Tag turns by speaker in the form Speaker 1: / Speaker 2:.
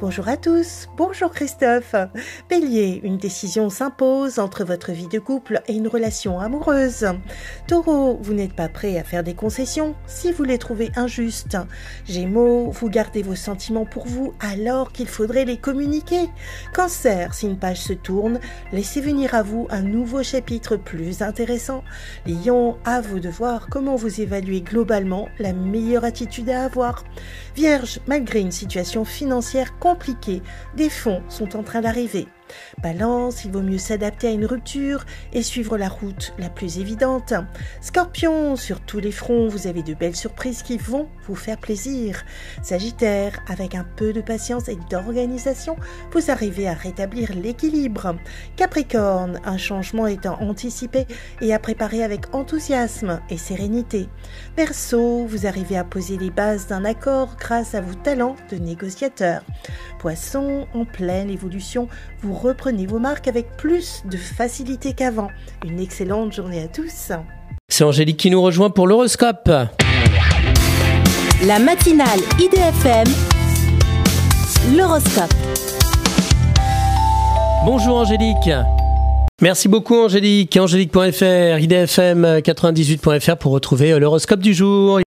Speaker 1: Bonjour à tous, bonjour Christophe. Bélier, une décision s'impose entre votre vie de couple et une relation amoureuse. Taureau, vous n'êtes pas prêt à faire des concessions si vous les trouvez injustes. Gémeaux, vous gardez vos sentiments pour vous alors qu'il faudrait les communiquer. Cancer, si une page se tourne, laissez venir à vous un nouveau chapitre plus intéressant. Lion, à vous de voir comment vous évaluez globalement la meilleure attitude à avoir. Vierge, malgré une situation financière compliqué. Des fonds sont en train d'arriver. Balance, il vaut mieux s'adapter à une rupture et suivre la route la plus évidente. Scorpion, sur tous les fronts, vous avez de belles surprises qui vont vous faire plaisir. Sagittaire, avec un peu de patience et d'organisation, vous arrivez à rétablir l'équilibre. Capricorne, un changement étant anticipé et à préparer avec enthousiasme et sérénité. Verseau, vous arrivez à poser les bases d'un accord grâce à vos talents de négociateur. Poisson, en pleine évolution, vous reprenez vos marques avec plus de facilité qu'avant. Une excellente journée à tous.
Speaker 2: C'est Angélique qui nous rejoint pour l'horoscope.
Speaker 3: La matinale IDFM, l'horoscope.
Speaker 2: Bonjour Angélique. Merci beaucoup Angélique. Angélique.fr, idfm98.fr pour retrouver euh, l'horoscope du jour.